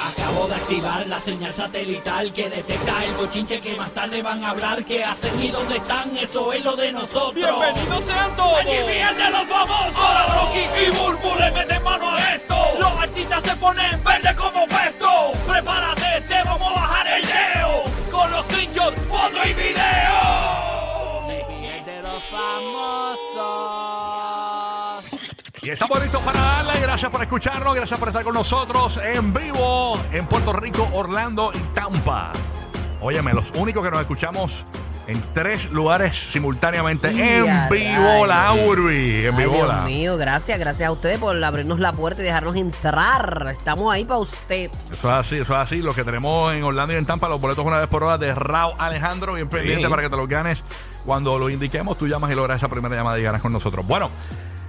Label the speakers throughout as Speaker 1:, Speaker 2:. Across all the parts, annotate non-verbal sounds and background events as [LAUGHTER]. Speaker 1: Acabo de activar la señal satelital que detecta el bochinche que más tarde van a hablar. ¿Qué hacen y dónde están? Eso es lo de nosotros.
Speaker 2: ¡Bienvenidos sean todos!
Speaker 1: ¡Aquí fíjense los famosos!
Speaker 2: Ahora Rocky y Burbu le meten mano a esto. Los artistas se ponen verde como pesto. Prepárate, te vamos a bajar el leo. Con los trinchos, foto y video.
Speaker 1: de los famosos.
Speaker 3: Y estamos listos para darle. Gracias por escucharnos. Gracias por estar con nosotros en vivo en Puerto Rico, Orlando y Tampa. Óyeme, los únicos que nos escuchamos en tres lugares simultáneamente
Speaker 4: Y
Speaker 3: en
Speaker 4: a
Speaker 3: vivo, la
Speaker 4: rayos.
Speaker 3: Urbi. En
Speaker 4: Ay,
Speaker 3: vivo, la.
Speaker 4: Dios mío, gracias, gracias a ustedes por abrirnos la puerta y dejarnos entrar. Estamos ahí para usted.
Speaker 3: Eso es así, eso es así. Los que tenemos en Orlando y en Tampa, los boletos una vez por hora de Rao Alejandro, bien pendiente para que te los ganes. Cuando lo indiquemos, tú llamas y logras esa primera llamada y ganas con nosotros. Bueno,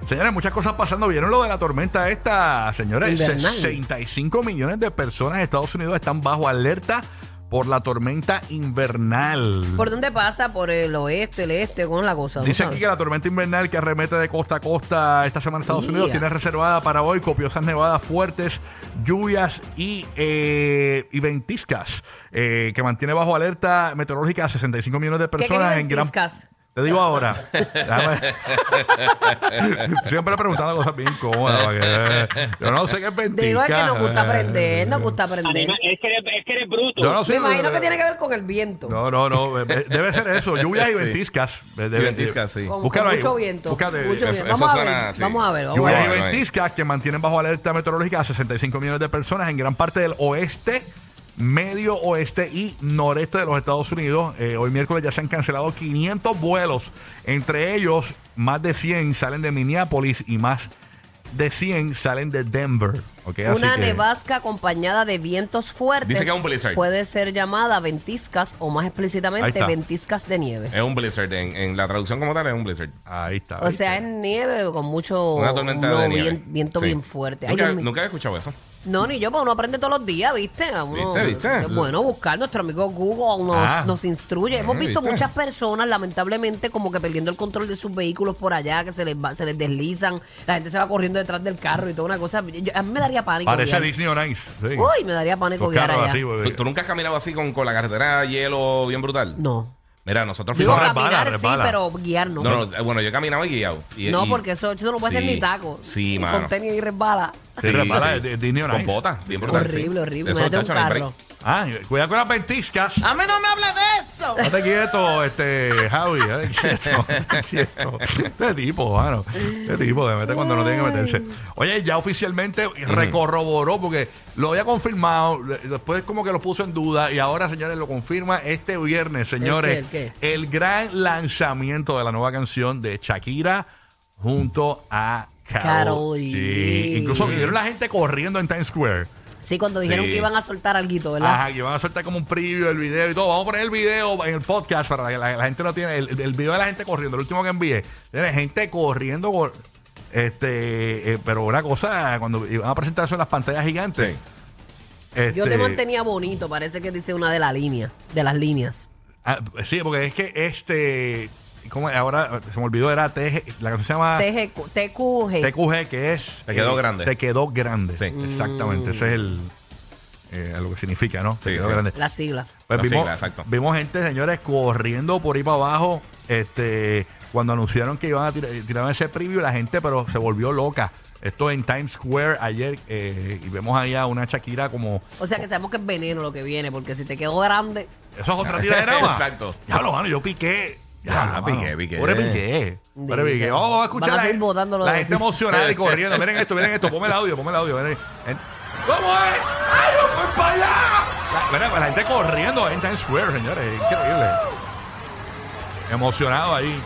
Speaker 3: señores, muchas cosas pasando. ¿Vieron lo de la tormenta esta, señores?
Speaker 4: Invernal.
Speaker 3: 65 millones de personas en Estados Unidos están bajo alerta por la tormenta invernal.
Speaker 5: Mm.
Speaker 4: ¿Por dónde pasa? Por el oeste, el este, con la cosa. ¿no
Speaker 3: Dice
Speaker 4: sabes?
Speaker 3: aquí que la tormenta invernal que arremete de costa a costa esta semana en Estados
Speaker 4: Mira.
Speaker 3: Unidos tiene reservada para hoy copiosas nevadas fuertes, lluvias y, eh, y ventiscas, eh, que mantiene bajo alerta meteorológica a 65 millones de
Speaker 4: ¿Qué
Speaker 3: personas
Speaker 4: qué
Speaker 3: en gran...
Speaker 4: ventiscas?
Speaker 3: Te digo
Speaker 4: [LAUGHS]
Speaker 3: ahora. Déjame- Siempre preguntando cosas bien incómodas. para que- Yo no sé qué es ventisca.
Speaker 4: Digo, es que nos gusta aprender, nos gusta aprender.
Speaker 2: Es que eres, es que eres bruto.
Speaker 3: Yo no sé.
Speaker 4: Me imagino que tiene que ver con el viento.
Speaker 3: No, no, no. eh, eh, Debe ser eso. Lluvias y
Speaker 5: Sí.
Speaker 3: ventiscas. Eh, debe-
Speaker 5: Y ventiscas, sí.
Speaker 4: Con,
Speaker 3: Búscalo
Speaker 4: con
Speaker 3: ahí,
Speaker 4: mucho viento.
Speaker 3: búscate-
Speaker 4: mucho
Speaker 5: Eso-
Speaker 4: viento.
Speaker 5: eso
Speaker 4: Vamos, a
Speaker 5: suena
Speaker 4: ver,
Speaker 5: así.
Speaker 4: vamos a ver, vamos a
Speaker 3: Lluvias y
Speaker 4: ver.
Speaker 5: Bueno, ahí.
Speaker 3: ventiscas que mantienen bajo alerta meteorológica a 65 millones de personas en gran parte del oeste, medio oeste y noreste de los Estados Unidos. Eh, hoy miércoles ya se han cancelado 500 vuelos. Entre ellos, más de 100 salen de Minneapolis y más de 100 salen de Denver. ¿ok? Así
Speaker 4: Una
Speaker 3: que-
Speaker 4: nevasca acompañada de vientos fuertes
Speaker 5: Dice que es un blizzard.
Speaker 4: puede ser llamada ventiscas o más
Speaker 3: Ahí
Speaker 4: explícitamente
Speaker 3: está.
Speaker 4: ventiscas de nieve.
Speaker 5: Es un blizzard. En, en la traducción como tal es un blizzard.
Speaker 3: Ahí está.
Speaker 4: O
Speaker 3: ¿viste?
Speaker 4: sea, es nieve con mucho
Speaker 5: Una tormenta
Speaker 4: uno
Speaker 5: de nieve.
Speaker 4: bien- Oh, viento
Speaker 5: Sí.
Speaker 4: bien fuerte. Ay,
Speaker 5: Nunca,
Speaker 4: Dios mío.
Speaker 5: nunca he escuchado eso.
Speaker 4: No, ni yo, porque uno aprende todos los días, ¿viste? A Uno,
Speaker 5: ¿Viste, viste?
Speaker 4: Es bueno buscar, nuestro amigo Google nos,
Speaker 3: Ah.
Speaker 4: nos instruye. Hemos
Speaker 5: Ah,
Speaker 4: visto
Speaker 5: ¿viste?
Speaker 4: muchas personas, lamentablemente, como que perdiendo el control de sus vehículos por allá, que se les va- se les deslizan, la gente se va corriendo detrás del carro y toda una cosa. Yo- a mí me daría pánico.
Speaker 3: Parece
Speaker 4: guiar.
Speaker 3: Disney on Ice. sí.
Speaker 4: Uy, me daría pánico
Speaker 3: Los
Speaker 4: guiar
Speaker 3: carros
Speaker 4: allá.
Speaker 3: así, güey.
Speaker 5: ¿Tú, tú nunca has caminado así con, con la carretera de hielo bien brutal?
Speaker 4: No.
Speaker 5: Mira, nosotros
Speaker 4: Digo,
Speaker 3: resbala,
Speaker 5: fuimos-
Speaker 4: caminar
Speaker 3: resbala.
Speaker 4: sí, pero guiar no.
Speaker 5: No, no, eh, bueno, yo he caminado y guiado. Y-
Speaker 4: No,
Speaker 5: y-
Speaker 4: porque eso, eso no puede ser
Speaker 5: Sí.
Speaker 4: ni taco.
Speaker 5: Sí,
Speaker 4: y
Speaker 5: mano.
Speaker 4: Con tenis y resbala.
Speaker 3: Sí, repara, eh, Disney on
Speaker 5: Con
Speaker 3: Ice.
Speaker 5: botas, bien brutal. sí.
Speaker 4: horrible, horrible.
Speaker 5: Eso,
Speaker 4: Imagínate un
Speaker 5: chacho, no hay
Speaker 4: carro.
Speaker 5: break.
Speaker 3: Ah, cuidado con las ventiscas.
Speaker 6: A mí no me hable de eso.
Speaker 3: Date quieto, este, Javi. Date quieto. date quieto. Este tipo, mano. Este tipo de meter cuando no tiene que meterse. Oye, ya oficialmente recorroboró porque lo había confirmado. le- Después, como que lo puso en duda. Y ahora, señores, lo confirma este viernes, señores.
Speaker 4: qué, el
Speaker 3: el gran lanzamiento de la nueva canción de Shakira junto a Carol.
Speaker 4: Karol
Speaker 3: G.
Speaker 4: G.
Speaker 3: Incluso vieron la gente corriendo en Times Square.
Speaker 4: Sí, cuando dijeron
Speaker 5: Sí.
Speaker 4: que iban a soltar algo, ¿verdad?
Speaker 3: Ajá, que van a soltar como un preview del video y todo. Vamos a poner el video en el podcast para que la, la gente no tiene. El, el video de la gente corriendo, el último que envié. Tiene gente corriendo. cor- este, eh, pero una cosa, cuando iban a presentar eso en las pantallas gigantes.
Speaker 5: Sí.
Speaker 4: Yo
Speaker 3: este,
Speaker 4: te mantenía bonito, parece que dice una de las líneas, de las líneas.
Speaker 3: ah, sí, porque es que este. ¿cómo es? Ahora se me olvidó, era TG, la canción se llama
Speaker 4: TG TQG.
Speaker 3: TQG, que es.
Speaker 5: Te quedó
Speaker 3: eh,
Speaker 5: grande.
Speaker 3: Te quedó grande.
Speaker 5: Sí.
Speaker 3: Exactamente, ese es el. eh, lo que significa, ¿no? Te
Speaker 5: Sí,
Speaker 3: quedó
Speaker 5: sí.
Speaker 3: grande.
Speaker 4: La sigla.
Speaker 3: Pues
Speaker 5: La
Speaker 3: vimos,
Speaker 5: sigla, exacto.
Speaker 3: vimos gente, señores, corriendo por ahí para abajo. Este, cuando anunciaron que iban a tirar, tiraban ese preview, la gente, pero se volvió loca. Esto en Times Square ayer, eh, y vemos ahí a una Shakira como.
Speaker 4: O sea que sabemos que es veneno lo que viene, porque si te quedó grande,
Speaker 3: Eso es otra
Speaker 5: [LAUGHS]
Speaker 3: tiradera más.
Speaker 5: Exacto.
Speaker 3: Ya lo mano, yo piqué.
Speaker 5: Ya,
Speaker 3: mano.
Speaker 5: piqué, piqué.
Speaker 3: Pobre piqué. Pobre
Speaker 4: Diga.
Speaker 3: piqué. Vamos a escuchar.
Speaker 4: Van a
Speaker 3: la-
Speaker 4: seguir botándolo
Speaker 3: La
Speaker 4: de
Speaker 3: gente
Speaker 4: decir.
Speaker 3: emocionada y corriendo. Miren esto, miren esto. Ponme el audio, ponme el audio. miren. En- ¿Cómo es? ¡Ay, yo voy para allá! La, miren, la gente corriendo en Times Square, señores. es Increíble. Emocionado ahí.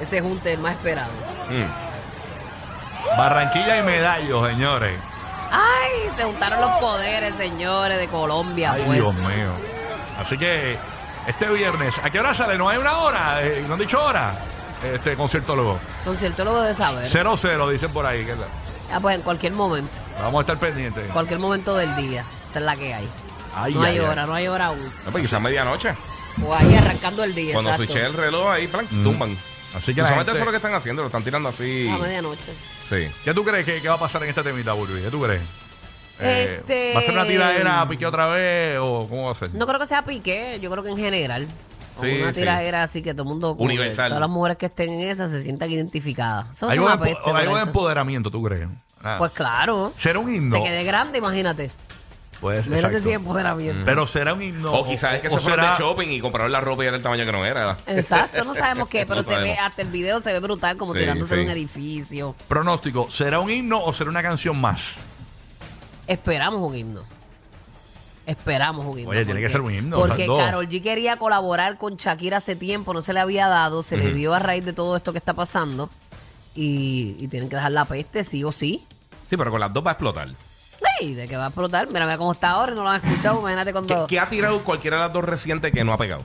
Speaker 4: ese junte es el más esperado.
Speaker 5: Mm.
Speaker 3: Barranquilla y medallos, señores.
Speaker 4: ¡Ay! Se juntaron los poderes, señores, de Colombia,
Speaker 3: Ay,
Speaker 4: pues.
Speaker 3: Dios mío. Así que este viernes, ¿a qué hora sale? No hay una hora, eh, no han dicho hora. Este concierto luego.
Speaker 4: Concierto lo debe saber.
Speaker 3: 0-0, dicen por ahí. que es la-
Speaker 4: Ah, pues en cualquier momento,
Speaker 3: Vamos a estar pendientes.
Speaker 4: cualquier momento del día. Esa es la que hay.
Speaker 3: Ay,
Speaker 4: no hay
Speaker 3: ay, ay.
Speaker 4: hora, no hay hora aún.
Speaker 5: No, pues quizás medianoche.
Speaker 4: O ahí arrancando el día,
Speaker 5: Cuando
Speaker 4: exacto.
Speaker 5: switché el reloj ahí, plan, tumban.
Speaker 3: Mm. Así que la
Speaker 5: Usualmente
Speaker 3: gente-
Speaker 5: eso es lo que están haciendo, lo
Speaker 4: Ah,
Speaker 5: están tirando así.
Speaker 4: A medianoche.
Speaker 5: Sí.
Speaker 3: ¿Qué tú crees que, que va a pasar en esta temita, Burby? ¿Qué tú crees? Eh,
Speaker 4: Este-
Speaker 3: ¿Va a ser una tiradera a pique otra vez o cómo va a ser?
Speaker 4: No creo que sea pique, yo creo que en general.
Speaker 5: Sí,
Speaker 4: una
Speaker 5: sí.
Speaker 4: tiradera así que todo el mundo, como que
Speaker 5: Universal.
Speaker 4: todas las mujeres que estén en esa se sientan identificadas. Eso es
Speaker 3: Hay un,
Speaker 4: una
Speaker 3: empo-
Speaker 4: peste.
Speaker 3: hay
Speaker 4: por
Speaker 3: un
Speaker 4: eso.
Speaker 3: empoderamiento, ¿tú crees? Ah.
Speaker 4: Pues claro,
Speaker 3: ¿Será un himno?
Speaker 4: te quedé este grande, imagínate.
Speaker 3: Pues,
Speaker 4: Mírate
Speaker 3: exacto.
Speaker 4: si empoderamiento.
Speaker 5: Mm.
Speaker 3: Pero será un himno.
Speaker 5: o quizás es que
Speaker 3: o
Speaker 5: se fueron
Speaker 3: será-
Speaker 5: de shopping y compraron la ropa y era el tamaño que no era.
Speaker 4: Exacto, no sabemos qué,
Speaker 5: [LAUGHS] No
Speaker 4: pero se ve,
Speaker 5: sabemos.
Speaker 4: hasta el video se ve brutal como
Speaker 5: Sí,
Speaker 4: tirándose de
Speaker 5: sí.
Speaker 4: un edificio.
Speaker 3: Pronóstico, ¿será un himno o será una canción más?
Speaker 4: Esperamos un himno. Esperamos un himno.
Speaker 3: Oye, tiene
Speaker 4: porque-
Speaker 3: que ser un himno,
Speaker 4: Porque
Speaker 3: Osvaldo.
Speaker 4: Carol G quería colaborar con Shakira hace tiempo, no se le había dado, se le dio a raíz de todo esto que está pasando. Y, y tienen que dejar la peste, sí o sí.
Speaker 5: Sí, pero con las dos va a explotar.
Speaker 4: Ey, de que va a explotar. Mira, mira cómo está ahora, no lo han escuchado. Imagínate
Speaker 5: ¿Qué,
Speaker 4: cuando.
Speaker 5: qué ha tirado cualquiera de las dos recientes que no ha pegado?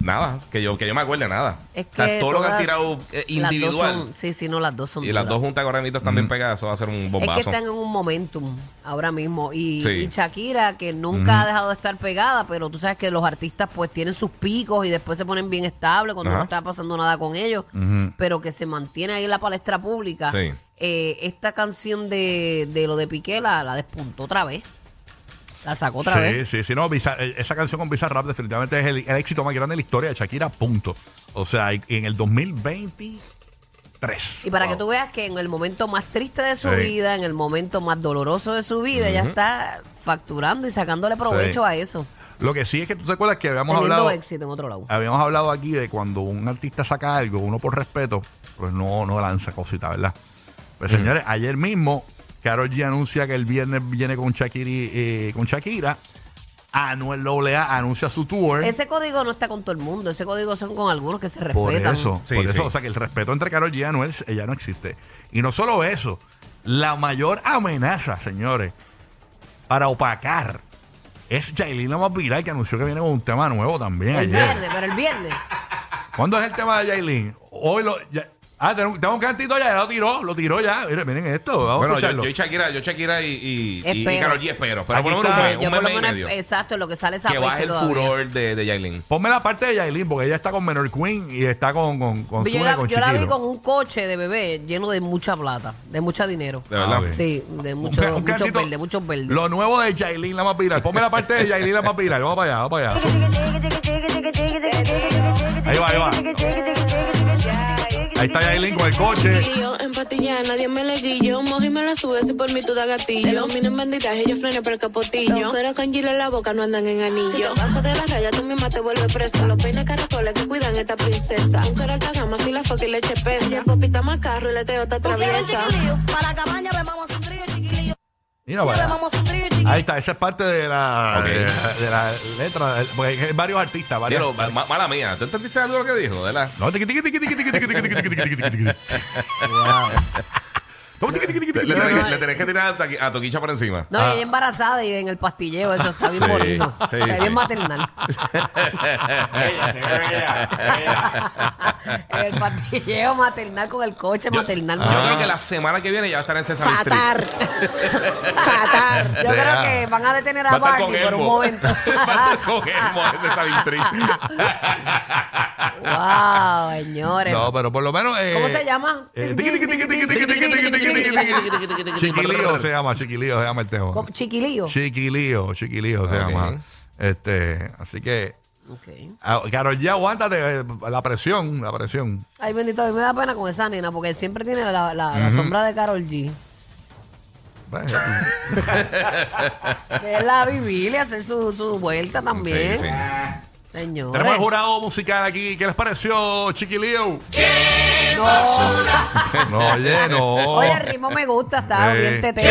Speaker 5: Nada, que yo, que yo me acuerde, nada.
Speaker 4: Es
Speaker 5: O sea,
Speaker 4: que
Speaker 5: todo lo que
Speaker 4: todas-
Speaker 5: ha tirado eh,
Speaker 4: las dos
Speaker 5: individual.
Speaker 4: son- sí, sí, no, las dos son.
Speaker 5: y las
Speaker 4: duras.
Speaker 5: dos juntas correnitas también pegadas, eso va a ser un
Speaker 4: Es
Speaker 5: bombazo.
Speaker 4: que este están en un momentum ahora mismo. Y,
Speaker 5: Sí.
Speaker 4: y Shakira, que nunca ha dejado de estar pegada, pero tú sabes que los artistas pues tienen sus picos y después se ponen bien estables cuando
Speaker 5: Ajá.
Speaker 4: no está pasando nada con ellos, pero que se mantiene ahí en la palestra pública.
Speaker 5: Sí.
Speaker 4: Eh, esta canción de, de lo de Piqué la, la despuntó otra vez. La sacó otra
Speaker 3: sí,
Speaker 4: vez.
Speaker 3: sí, sí, no, Bizar- eh, esa canción con Bizarrap Rap definitivamente es el, el éxito más grande de la historia de Shakira, punto. O sea, y- y en el 2023.
Speaker 4: Y para que
Speaker 3: Wow.
Speaker 4: tú veas que en el momento más triste de su
Speaker 3: Sí.
Speaker 4: vida, en el momento más doloroso de su vida, ella está facturando y sacándole provecho
Speaker 3: Sí.
Speaker 4: a eso.
Speaker 3: Lo que sí es que tú te acuerdas que habíamos
Speaker 4: teniendo
Speaker 3: hablado,
Speaker 4: éxito en otro lado.
Speaker 3: habíamos hablado aquí de cuando un artista saca algo, uno por respeto, pues no, no lanza cosita, ¿verdad? Pues
Speaker 5: Mm.
Speaker 3: señores, ayer mismo, Karol G anuncia que el viernes viene con, Shakiri, eh, con Shakira. Anuel AA anuncia su tour.
Speaker 4: Ese código no está con todo el mundo, ese código son con algunos que se
Speaker 3: Por
Speaker 4: respetan.
Speaker 3: eso,
Speaker 5: Sí,
Speaker 3: por
Speaker 5: sí.
Speaker 3: eso, o sea que el respeto entre Karol G y Anuel ella no existe. Y no solo eso, la mayor amenaza, señores, para opacar es Yailina más viral que anunció que viene con un tema nuevo también
Speaker 4: El
Speaker 3: ayer.
Speaker 4: viernes, pero el viernes.
Speaker 3: ¿Cuándo es el tema de Yailin? Hoy lo ya- Ah, tengo, tengo un cantito ya, ya lo tiró, lo tiró ya. Miren, miren esto, vamos a
Speaker 5: Bueno, yo,
Speaker 3: escucharlo.
Speaker 5: yo y Shakira, yo Shakira y, y, y- y
Speaker 4: Espero.
Speaker 5: Karol G espero. Pero
Speaker 3: Aquí
Speaker 5: por lo menos
Speaker 3: está.
Speaker 4: Sí,
Speaker 5: un mes,
Speaker 4: yo por
Speaker 5: un
Speaker 4: lo
Speaker 5: mes y
Speaker 4: menos,
Speaker 5: medio.
Speaker 4: exacto, en lo que sale esa
Speaker 5: Que baje
Speaker 4: peste
Speaker 5: el
Speaker 4: todavía.
Speaker 5: furor de, de Yailin.
Speaker 3: Ponme la parte de Yailin, porque ella está con Menor Queen y está con, con, con
Speaker 4: Yo,
Speaker 3: Zuna y
Speaker 4: la,
Speaker 3: con
Speaker 4: yo la vi
Speaker 3: Shakira.
Speaker 4: con un coche de bebé lleno de mucha plata, de mucha dinero.
Speaker 5: De verdad.
Speaker 3: Ah, bien.
Speaker 4: Sí, de
Speaker 3: Un
Speaker 4: mucho,
Speaker 3: ca- un
Speaker 4: muchos
Speaker 3: cantito-
Speaker 4: verdes, muchos verdes.
Speaker 3: Lo nuevo de Yailin la más viral. Ponme la parte de Yailin la más viral. Vamos para allá, vamos para allá.
Speaker 6: Ahí va, ahí va.
Speaker 3: Ahí está Yailin con el coche.
Speaker 7: Yo en patilla, nadie me le guillo. Moji me la sube, si por mí tú da gatillo. Los minos en banditas, ellos frenan por el capotillo. Pero con Gila en la boca no andan en anillo. Si te paso de la raya, tú misma te vuelves presa. Los peines caracoles que cuidan esta princesa. Un cara alta gama, si la fucking leche pesa. Y el popita más carro, el leteo está traviesa.
Speaker 6: Para cabaña, bebamos un trío chiquilillo.
Speaker 3: Mira para allá.
Speaker 6: Bebamos un trío chiquilillo.
Speaker 3: Ahí está, esa es parte de la,
Speaker 5: Ok.
Speaker 3: de, de la letra. Porque hay varios artistas, varios.
Speaker 5: Pero, ma- ma- mala mía, ¿tú entendiste algo de lo que dijo? ¿Verdad?
Speaker 3: No, tiqui, tiqui, tiqui, tiqui, tiqui, tiqui, tiqui, tiqui, tiqui, tiqui, tiqui. No, tiqui, tiqui, tiqui, tiqui,
Speaker 5: Le, le
Speaker 3: tiqui.
Speaker 5: tenés, que- le tenés que tirar a, Toqui- a Toquicha por encima. [LAUGHS]
Speaker 4: No, y
Speaker 3: Ah.
Speaker 4: ella embarazada y en el pastilleo, eso está bien
Speaker 5: Sí,
Speaker 4: bonito.
Speaker 5: sí,
Speaker 4: está
Speaker 5: sí.
Speaker 3: [LAUGHS]
Speaker 4: bien maternal. [LAUGHS] el pastilleo maternal con el coche maternal.
Speaker 5: Yo creo que la semana que viene ya va a estar en César Street.
Speaker 6: Fatar.
Speaker 5: [LAUGHS]
Speaker 6: Fatar.
Speaker 4: Yo creo
Speaker 5: Deja.
Speaker 4: que van a detener a
Speaker 5: Va a estar con
Speaker 4: Barbie por un
Speaker 5: Elmo. [LAUGHS]
Speaker 4: momento.
Speaker 5: Va a estar con Elmo en Sesame Street.
Speaker 4: wow, señores.
Speaker 3: No, pero por lo menos. eh,
Speaker 4: ¿Cómo se llama?
Speaker 3: eh, tiqui, tiqui, tiqui, tiqui, tiqui, tiqui, tiqui, tiqui, tiqui, tiqui, tiqui. Chiquilío se llama, chiquilío se llama el tema.
Speaker 4: ¿Cómo? Chiquilío.
Speaker 3: Chiquilío, chiquilío se
Speaker 5: Ok.
Speaker 3: llama. Este, así que.
Speaker 4: Ok.
Speaker 3: ah, Carol, ya aguántate eh, la presión, la presión.
Speaker 4: Ay, bendito, a mí me da pena con esa nena porque siempre tiene la, la- la sombra de Carol G.
Speaker 3: Bueno,
Speaker 4: [LAUGHS] Que es la vivir y hacer su, su vuelta también.
Speaker 5: Sí, sí.
Speaker 4: Señores.
Speaker 3: Tenemos el jurado musical aquí. ¿Qué les pareció,
Speaker 4: [LAUGHS]
Speaker 3: chiquilío?
Speaker 4: No.
Speaker 3: No, oye, no.
Speaker 4: Oye, el ritmo me gusta, está
Speaker 3: Eh.
Speaker 4: bien
Speaker 5: [LAUGHS]
Speaker 4: teteo.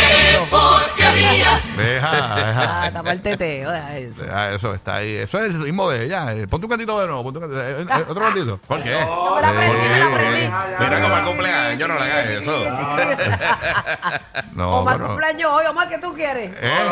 Speaker 3: Deja,
Speaker 4: Ah,
Speaker 3: deja.
Speaker 4: está para el teteo, deja
Speaker 3: Deja
Speaker 4: eso.
Speaker 3: Este, ah, eso, está ahí. Eso es el ritmo de ella. Eh, Ponte un cantito de nuevo. Ponte un cantito. eh, eh, otro cantito. Eh,
Speaker 5: ¿Por qué?
Speaker 4: Yo me la aprendí, me la aprendí.
Speaker 5: Mira como el cumpleaños, yo no la hagas eso.
Speaker 3: No,
Speaker 4: Omar
Speaker 3: pero-
Speaker 4: cumpleaños hoy, Omar, ¿qué tú quieres?
Speaker 3: Eh,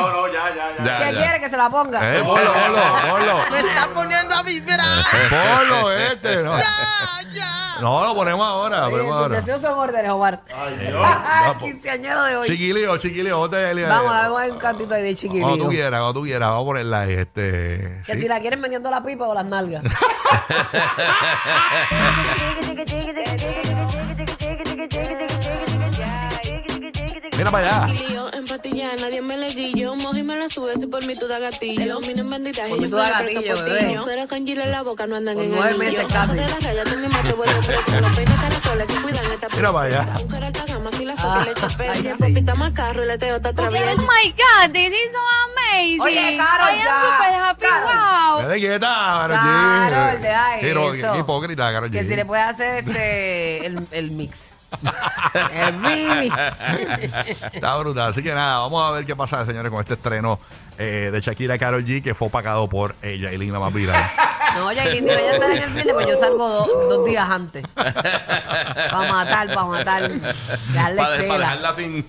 Speaker 5: Ya,
Speaker 4: ¿Qué
Speaker 5: ya.
Speaker 4: quiere que se la ponga?
Speaker 3: eh, ponlo, ponlo, ponlo.
Speaker 6: Me está poniendo a vibrar.
Speaker 3: Ponlo este. No,
Speaker 6: Ah, ya.
Speaker 3: no lo ponemos ahora. lo
Speaker 4: Oye,
Speaker 3: ponemos
Speaker 4: sus
Speaker 3: ahora.
Speaker 4: deseos son órdenes, Omar. [LAUGHS]
Speaker 3: No,
Speaker 4: El
Speaker 3: po-
Speaker 4: quinceañero de hoy.
Speaker 3: Chiquilio, chiquilio. Vamos
Speaker 4: Vamos,
Speaker 3: a
Speaker 4: vamos a ver un cantito ahí de chiquilío.
Speaker 3: Cuando tú quieras, cuando tú quieras. Vamos a ponerla ahí. Este,
Speaker 4: Que
Speaker 3: sí.
Speaker 4: si la quieren vendiendo la pipa o las
Speaker 5: [LAUGHS]
Speaker 4: nalgas.
Speaker 3: Mira para allá.
Speaker 7: Tranquilillo, en pastilla, nadie me le guillo. Moji me la sube, si por mí tú da gatillo. Los minas benditas,
Speaker 4: Por mí
Speaker 7: ellos
Speaker 4: tú da
Speaker 7: fueron por
Speaker 4: gatillo,
Speaker 7: capotillo.
Speaker 4: bebé. Pues
Speaker 7: Pero con Gila en la boca no andan
Speaker 4: Por
Speaker 7: en
Speaker 4: nueve
Speaker 7: anillo.
Speaker 4: meses
Speaker 7: Pásate
Speaker 4: casi.
Speaker 7: la raya, tú misma te vuelves preso. Los peines caracoles que cuidan esta
Speaker 3: Mira para allá.
Speaker 7: Mujer alta gama, si la foto le echa
Speaker 4: Ah, ay,
Speaker 7: peso.
Speaker 4: sí.
Speaker 7: El popita más carro, el teo está
Speaker 8: Oh
Speaker 7: travieso.
Speaker 8: my God, this is so amazing.
Speaker 4: Oye, Carol,
Speaker 8: I am
Speaker 4: ya.
Speaker 8: super happy.
Speaker 4: Carol.
Speaker 8: Wow.
Speaker 3: Quédate quieta,
Speaker 4: Carol, deja
Speaker 3: Pero,
Speaker 4: eso.
Speaker 3: qué hipócrita, Karol
Speaker 4: Que
Speaker 3: G.
Speaker 4: si le puede hacer este el, el
Speaker 5: [LAUGHS]
Speaker 4: mix. el remix.
Speaker 3: Está brutal. Así que nada, vamos a ver qué pasa, señores, con este estreno eh, de Shakira Carol G, que fue pagado por ella, Yailin la más viral.
Speaker 4: No, Yailin, digo, ella sale en el viernes, pues yo salgo do- dos días antes. Para matar, para matar. Darle
Speaker 5: Para, para
Speaker 4: tela.
Speaker 5: dejarla sin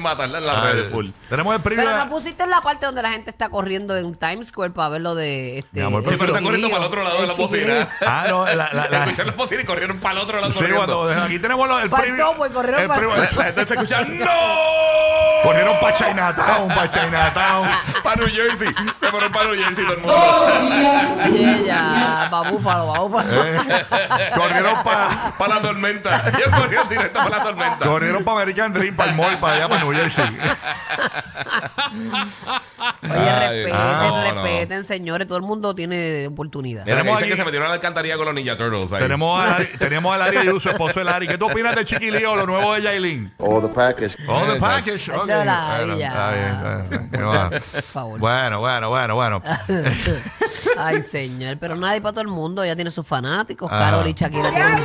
Speaker 5: [LAUGHS] matarla en las redes full.
Speaker 3: Ah, Tenemos el preview.
Speaker 4: Pero
Speaker 3: de-
Speaker 4: no pusiste en la parte donde la gente está corriendo en Times Square para ver lo de este.
Speaker 3: Mi amor,
Speaker 4: el
Speaker 5: Sí, pero está
Speaker 4: chiquirío,
Speaker 5: corriendo para el otro lado de la
Speaker 4: el chiquirío.
Speaker 5: bocina.
Speaker 3: Ah, no, la, la, la-
Speaker 5: Escucharon la bocina y corrieron para el otro lado
Speaker 3: Sí,
Speaker 5: corriendo.
Speaker 3: cuando- aquí tenemos lo- el
Speaker 4: Para el
Speaker 3: preview.
Speaker 4: subway, pues, corrieron
Speaker 3: el
Speaker 4: para el
Speaker 3: preview-
Speaker 5: La, la gente se escucha ¡No!
Speaker 3: [LAUGHS] Corrieron para Chinatown, para
Speaker 4: [LAUGHS]
Speaker 3: Chinatown.
Speaker 5: Para New Jersey. Se fueron para New Jersey todo el mundo.
Speaker 4: Y ella, va búfalo, va
Speaker 5: Eh.
Speaker 4: búfalo.
Speaker 3: Eh, Corrieron para
Speaker 5: Para la tormenta. Ellos corrieron directo para la tormenta.
Speaker 3: corrieron para American Dream, para el mall, para allá, para New Jersey.
Speaker 4: Oye,
Speaker 5: Ay,
Speaker 4: respeten,
Speaker 5: no, no.
Speaker 4: respeten, señores. Todo el mundo tiene oportunidad.
Speaker 5: Mira, que
Speaker 3: Tenemos
Speaker 5: dicen que
Speaker 3: ahí-
Speaker 5: se metieron a la alcantarilla con los Ninja Turtles ahí.
Speaker 3: Tenemos a Larry, tenemos a Larry Yu, su esposo de Larry. ¿Qué tú opinas de Chiquilío, lo nuevo de Yailin?
Speaker 9: All the package.
Speaker 3: Oh, the package.
Speaker 4: Hacho,
Speaker 3: ok.
Speaker 4: la
Speaker 3: Bueno,
Speaker 4: villa.
Speaker 3: está bien, está bien, qué va.
Speaker 4: favor.
Speaker 3: Bueno, bueno, bueno,
Speaker 4: [LAUGHS]
Speaker 3: bueno.
Speaker 4: Ay, señor. Pero nadie para todo el mundo. Ella tiene sus fanáticos.
Speaker 3: Ah.
Speaker 4: Carol y Shakira. tienen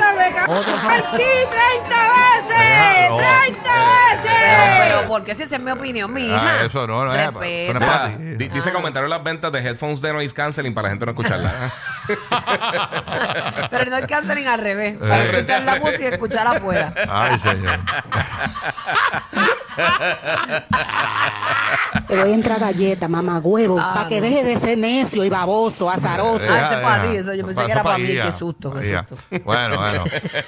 Speaker 4: Otro fanático.
Speaker 3: Déjalo.
Speaker 4: Pero, pero, ¿por qué si esa es mi opinión, mi hija?
Speaker 3: Ah, eso no, no, eh, eso no es
Speaker 4: Respeta.
Speaker 5: Mira,
Speaker 3: para ti.
Speaker 5: di-
Speaker 4: Ah.
Speaker 5: dice que aumentaron las ventas de headphones de noise canceling para la gente no escucharla.
Speaker 3: Ah.
Speaker 4: [LAUGHS] Pero no hay canceling al revés. Para
Speaker 3: Eh.
Speaker 4: escuchar la música y escuchar afuera.
Speaker 3: oh. Ay, señor.
Speaker 10: Te voy a entrar galleta, mamá huevo,
Speaker 4: Ah,
Speaker 10: para que
Speaker 4: no.
Speaker 10: deje de ser necio y baboso, azaroso.
Speaker 4: Ah, eso es para
Speaker 3: deja.
Speaker 4: ti, eso yo pensé
Speaker 3: Pa-
Speaker 4: que era para
Speaker 3: pa'
Speaker 4: mí,
Speaker 3: guía,
Speaker 4: qué susto,
Speaker 3: pa'
Speaker 4: qué
Speaker 3: guía.
Speaker 4: susto.
Speaker 3: Bueno,
Speaker 4: [LAUGHS]
Speaker 3: bueno.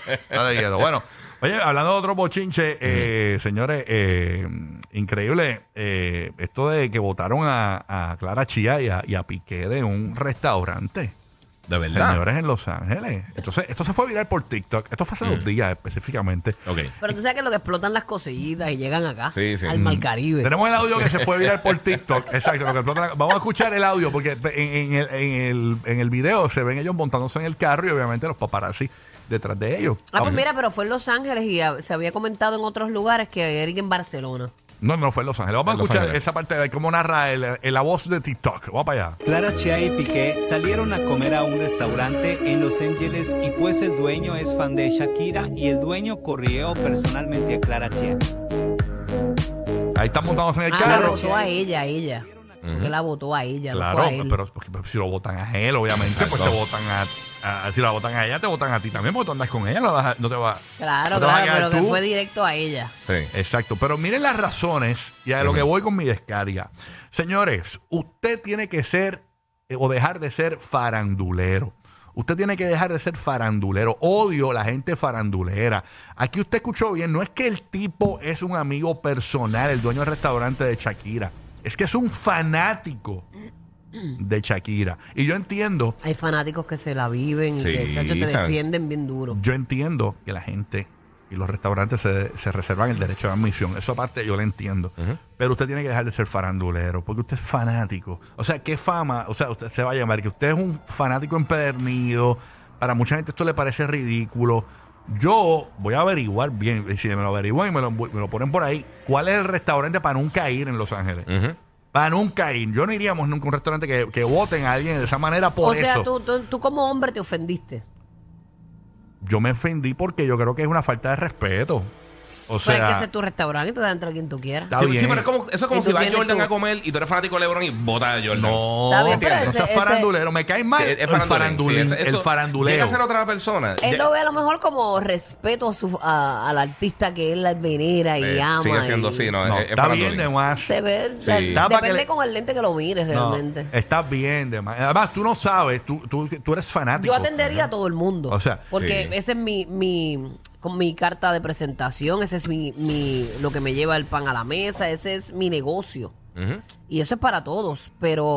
Speaker 3: Está de quieto. Bueno, oye, hablando de otro bochinche, eh, señores, eh, increíble eh, esto de que votaron a, a Clara Chía y a, y a Piqué de un restaurante.
Speaker 5: De
Speaker 3: Señores en Los Ángeles. Entonces, esto se fue viral por TikTok. Esto fue hace dos días específicamente.
Speaker 5: Ok.
Speaker 4: Pero tú sabes que lo que explotan las cositas y llegan acá
Speaker 5: Sí, sí.
Speaker 4: al Mar Caribe.
Speaker 3: Tenemos el audio que se fue viral por TikTok. Exacto. lo que explota la- Vamos a escuchar el audio porque en, en el, en, el, en el video se ven ellos montándose en el carro y obviamente los paparazzi detrás de ellos.
Speaker 4: Ah, pues mira, pero fue en Los Ángeles y ah, se había comentado en otros lugares que Eric en Barcelona.
Speaker 3: No, no fue en Los Ángeles. Vamos a
Speaker 5: En Los
Speaker 3: escuchar
Speaker 5: Ángeles.
Speaker 3: esa parte de cómo narra el, el- la voz de TikTok. Vamos para allá.
Speaker 11: Clara Chia y Piqué salieron a comer a un restaurante en Los Ángeles y pues el dueño es fan de Shakira y el dueño corrió personalmente a Clara Chia.
Speaker 3: Ahí están montados en el
Speaker 4: Ah, la
Speaker 3: carro.
Speaker 4: votó a ella, a ella. Porque la votó a ella, no
Speaker 3: Claro, pues,
Speaker 4: fue a él.
Speaker 3: pero porque si lo votan a él, obviamente, pues te votan a, a- Si la votan a ella, te votan a ti también, porque tú andas con ella, no, vas a- no te va
Speaker 4: claro,
Speaker 3: no te vas a
Speaker 4: claro, pero
Speaker 3: quedar
Speaker 4: que
Speaker 3: tú.
Speaker 4: fue directo a ella.
Speaker 5: Sí.
Speaker 3: Exacto, pero miren las razones y a lo que voy con mi descarga. Señores, usted tiene que ser eh, o dejar de ser farandulero. Usted tiene que dejar de ser farandulero. Odio la gente farandulera. Aquí usted escuchó bien, no es que el tipo es un amigo personal, el dueño del restaurante de Shakira. Es que es un fanático de Shakira. Y yo entiendo
Speaker 4: Hay fanáticos que se la viven y
Speaker 5: Sí,
Speaker 4: que tacho, te
Speaker 5: saben.
Speaker 4: defienden bien duro.
Speaker 3: yo entiendo que la gente y los restaurantes se, se reservan el derecho de admisión. Eso aparte yo lo entiendo. Pero usted tiene que dejar de ser farandulero, porque usted es fanático. O sea, ¿qué fama? O sea, usted se va a llamar que usted es un fanático empedernido. Para mucha gente esto le parece ridículo. Yo voy a averiguar bien, y si me lo averiguan y me lo, me lo ponen por ahí, cuál es el restaurante para nunca ir en Los Ángeles.
Speaker 5: Ujú.
Speaker 3: Para nunca ir. Yo no iríamos nunca a un restaurante que, que voten a alguien de esa manera por
Speaker 4: o sea,
Speaker 3: eso.
Speaker 4: Tú, tú, tú como hombre te ofendiste.
Speaker 3: yo me ofendí porque yo creo que es una falta de respeto. O sea,
Speaker 4: pero Pues es que ese es tu restaurante y te dan entrar quien tú quieras.
Speaker 3: está
Speaker 5: Sí,
Speaker 3: bien.
Speaker 5: sí, pero es como, eso es como
Speaker 4: ¿Y
Speaker 5: si
Speaker 4: tú
Speaker 5: va
Speaker 4: tienes
Speaker 5: Jordan
Speaker 4: tú?
Speaker 5: a comer y tú eres fanático de LeBron y vota a Jordan.
Speaker 3: No,
Speaker 4: Está bien, pero
Speaker 3: no
Speaker 4: ese-
Speaker 3: seas
Speaker 4: ese-
Speaker 3: farandulero. Me cae mal
Speaker 5: Sí, es
Speaker 3: el
Speaker 5: farandulero.
Speaker 3: farandulín,
Speaker 5: Sí, eso-
Speaker 3: el
Speaker 5: eso-
Speaker 3: farandulero.
Speaker 5: Llega a ser otra persona.
Speaker 4: Él
Speaker 5: Ya-
Speaker 4: lo ve a lo mejor como respeto a su, a- al artista que él venera y
Speaker 5: eh,
Speaker 4: ama.
Speaker 5: Sigue siendo
Speaker 4: y
Speaker 5: así, ¿no?
Speaker 3: No,
Speaker 5: es- es
Speaker 3: está bien
Speaker 5: farandulín.
Speaker 3: de más.
Speaker 4: Se ve, o sea,
Speaker 5: Sí.
Speaker 3: Da para que
Speaker 4: depende
Speaker 3: le-
Speaker 4: con el lente que lo mires
Speaker 3: No,
Speaker 4: realmente.
Speaker 3: estás bien de más. Además, tú no sabes, tú, tú, tú eres fanático.
Speaker 4: Yo atendería a todo el mundo.
Speaker 3: O sea,
Speaker 4: porque
Speaker 5: sí.
Speaker 4: esa es mi, mi, con mi carta de presentación, ese es mi, mi, lo que me lleva el pan a la mesa, ese es mi negocio.
Speaker 5: Ujú.
Speaker 4: Y eso es para todos, pero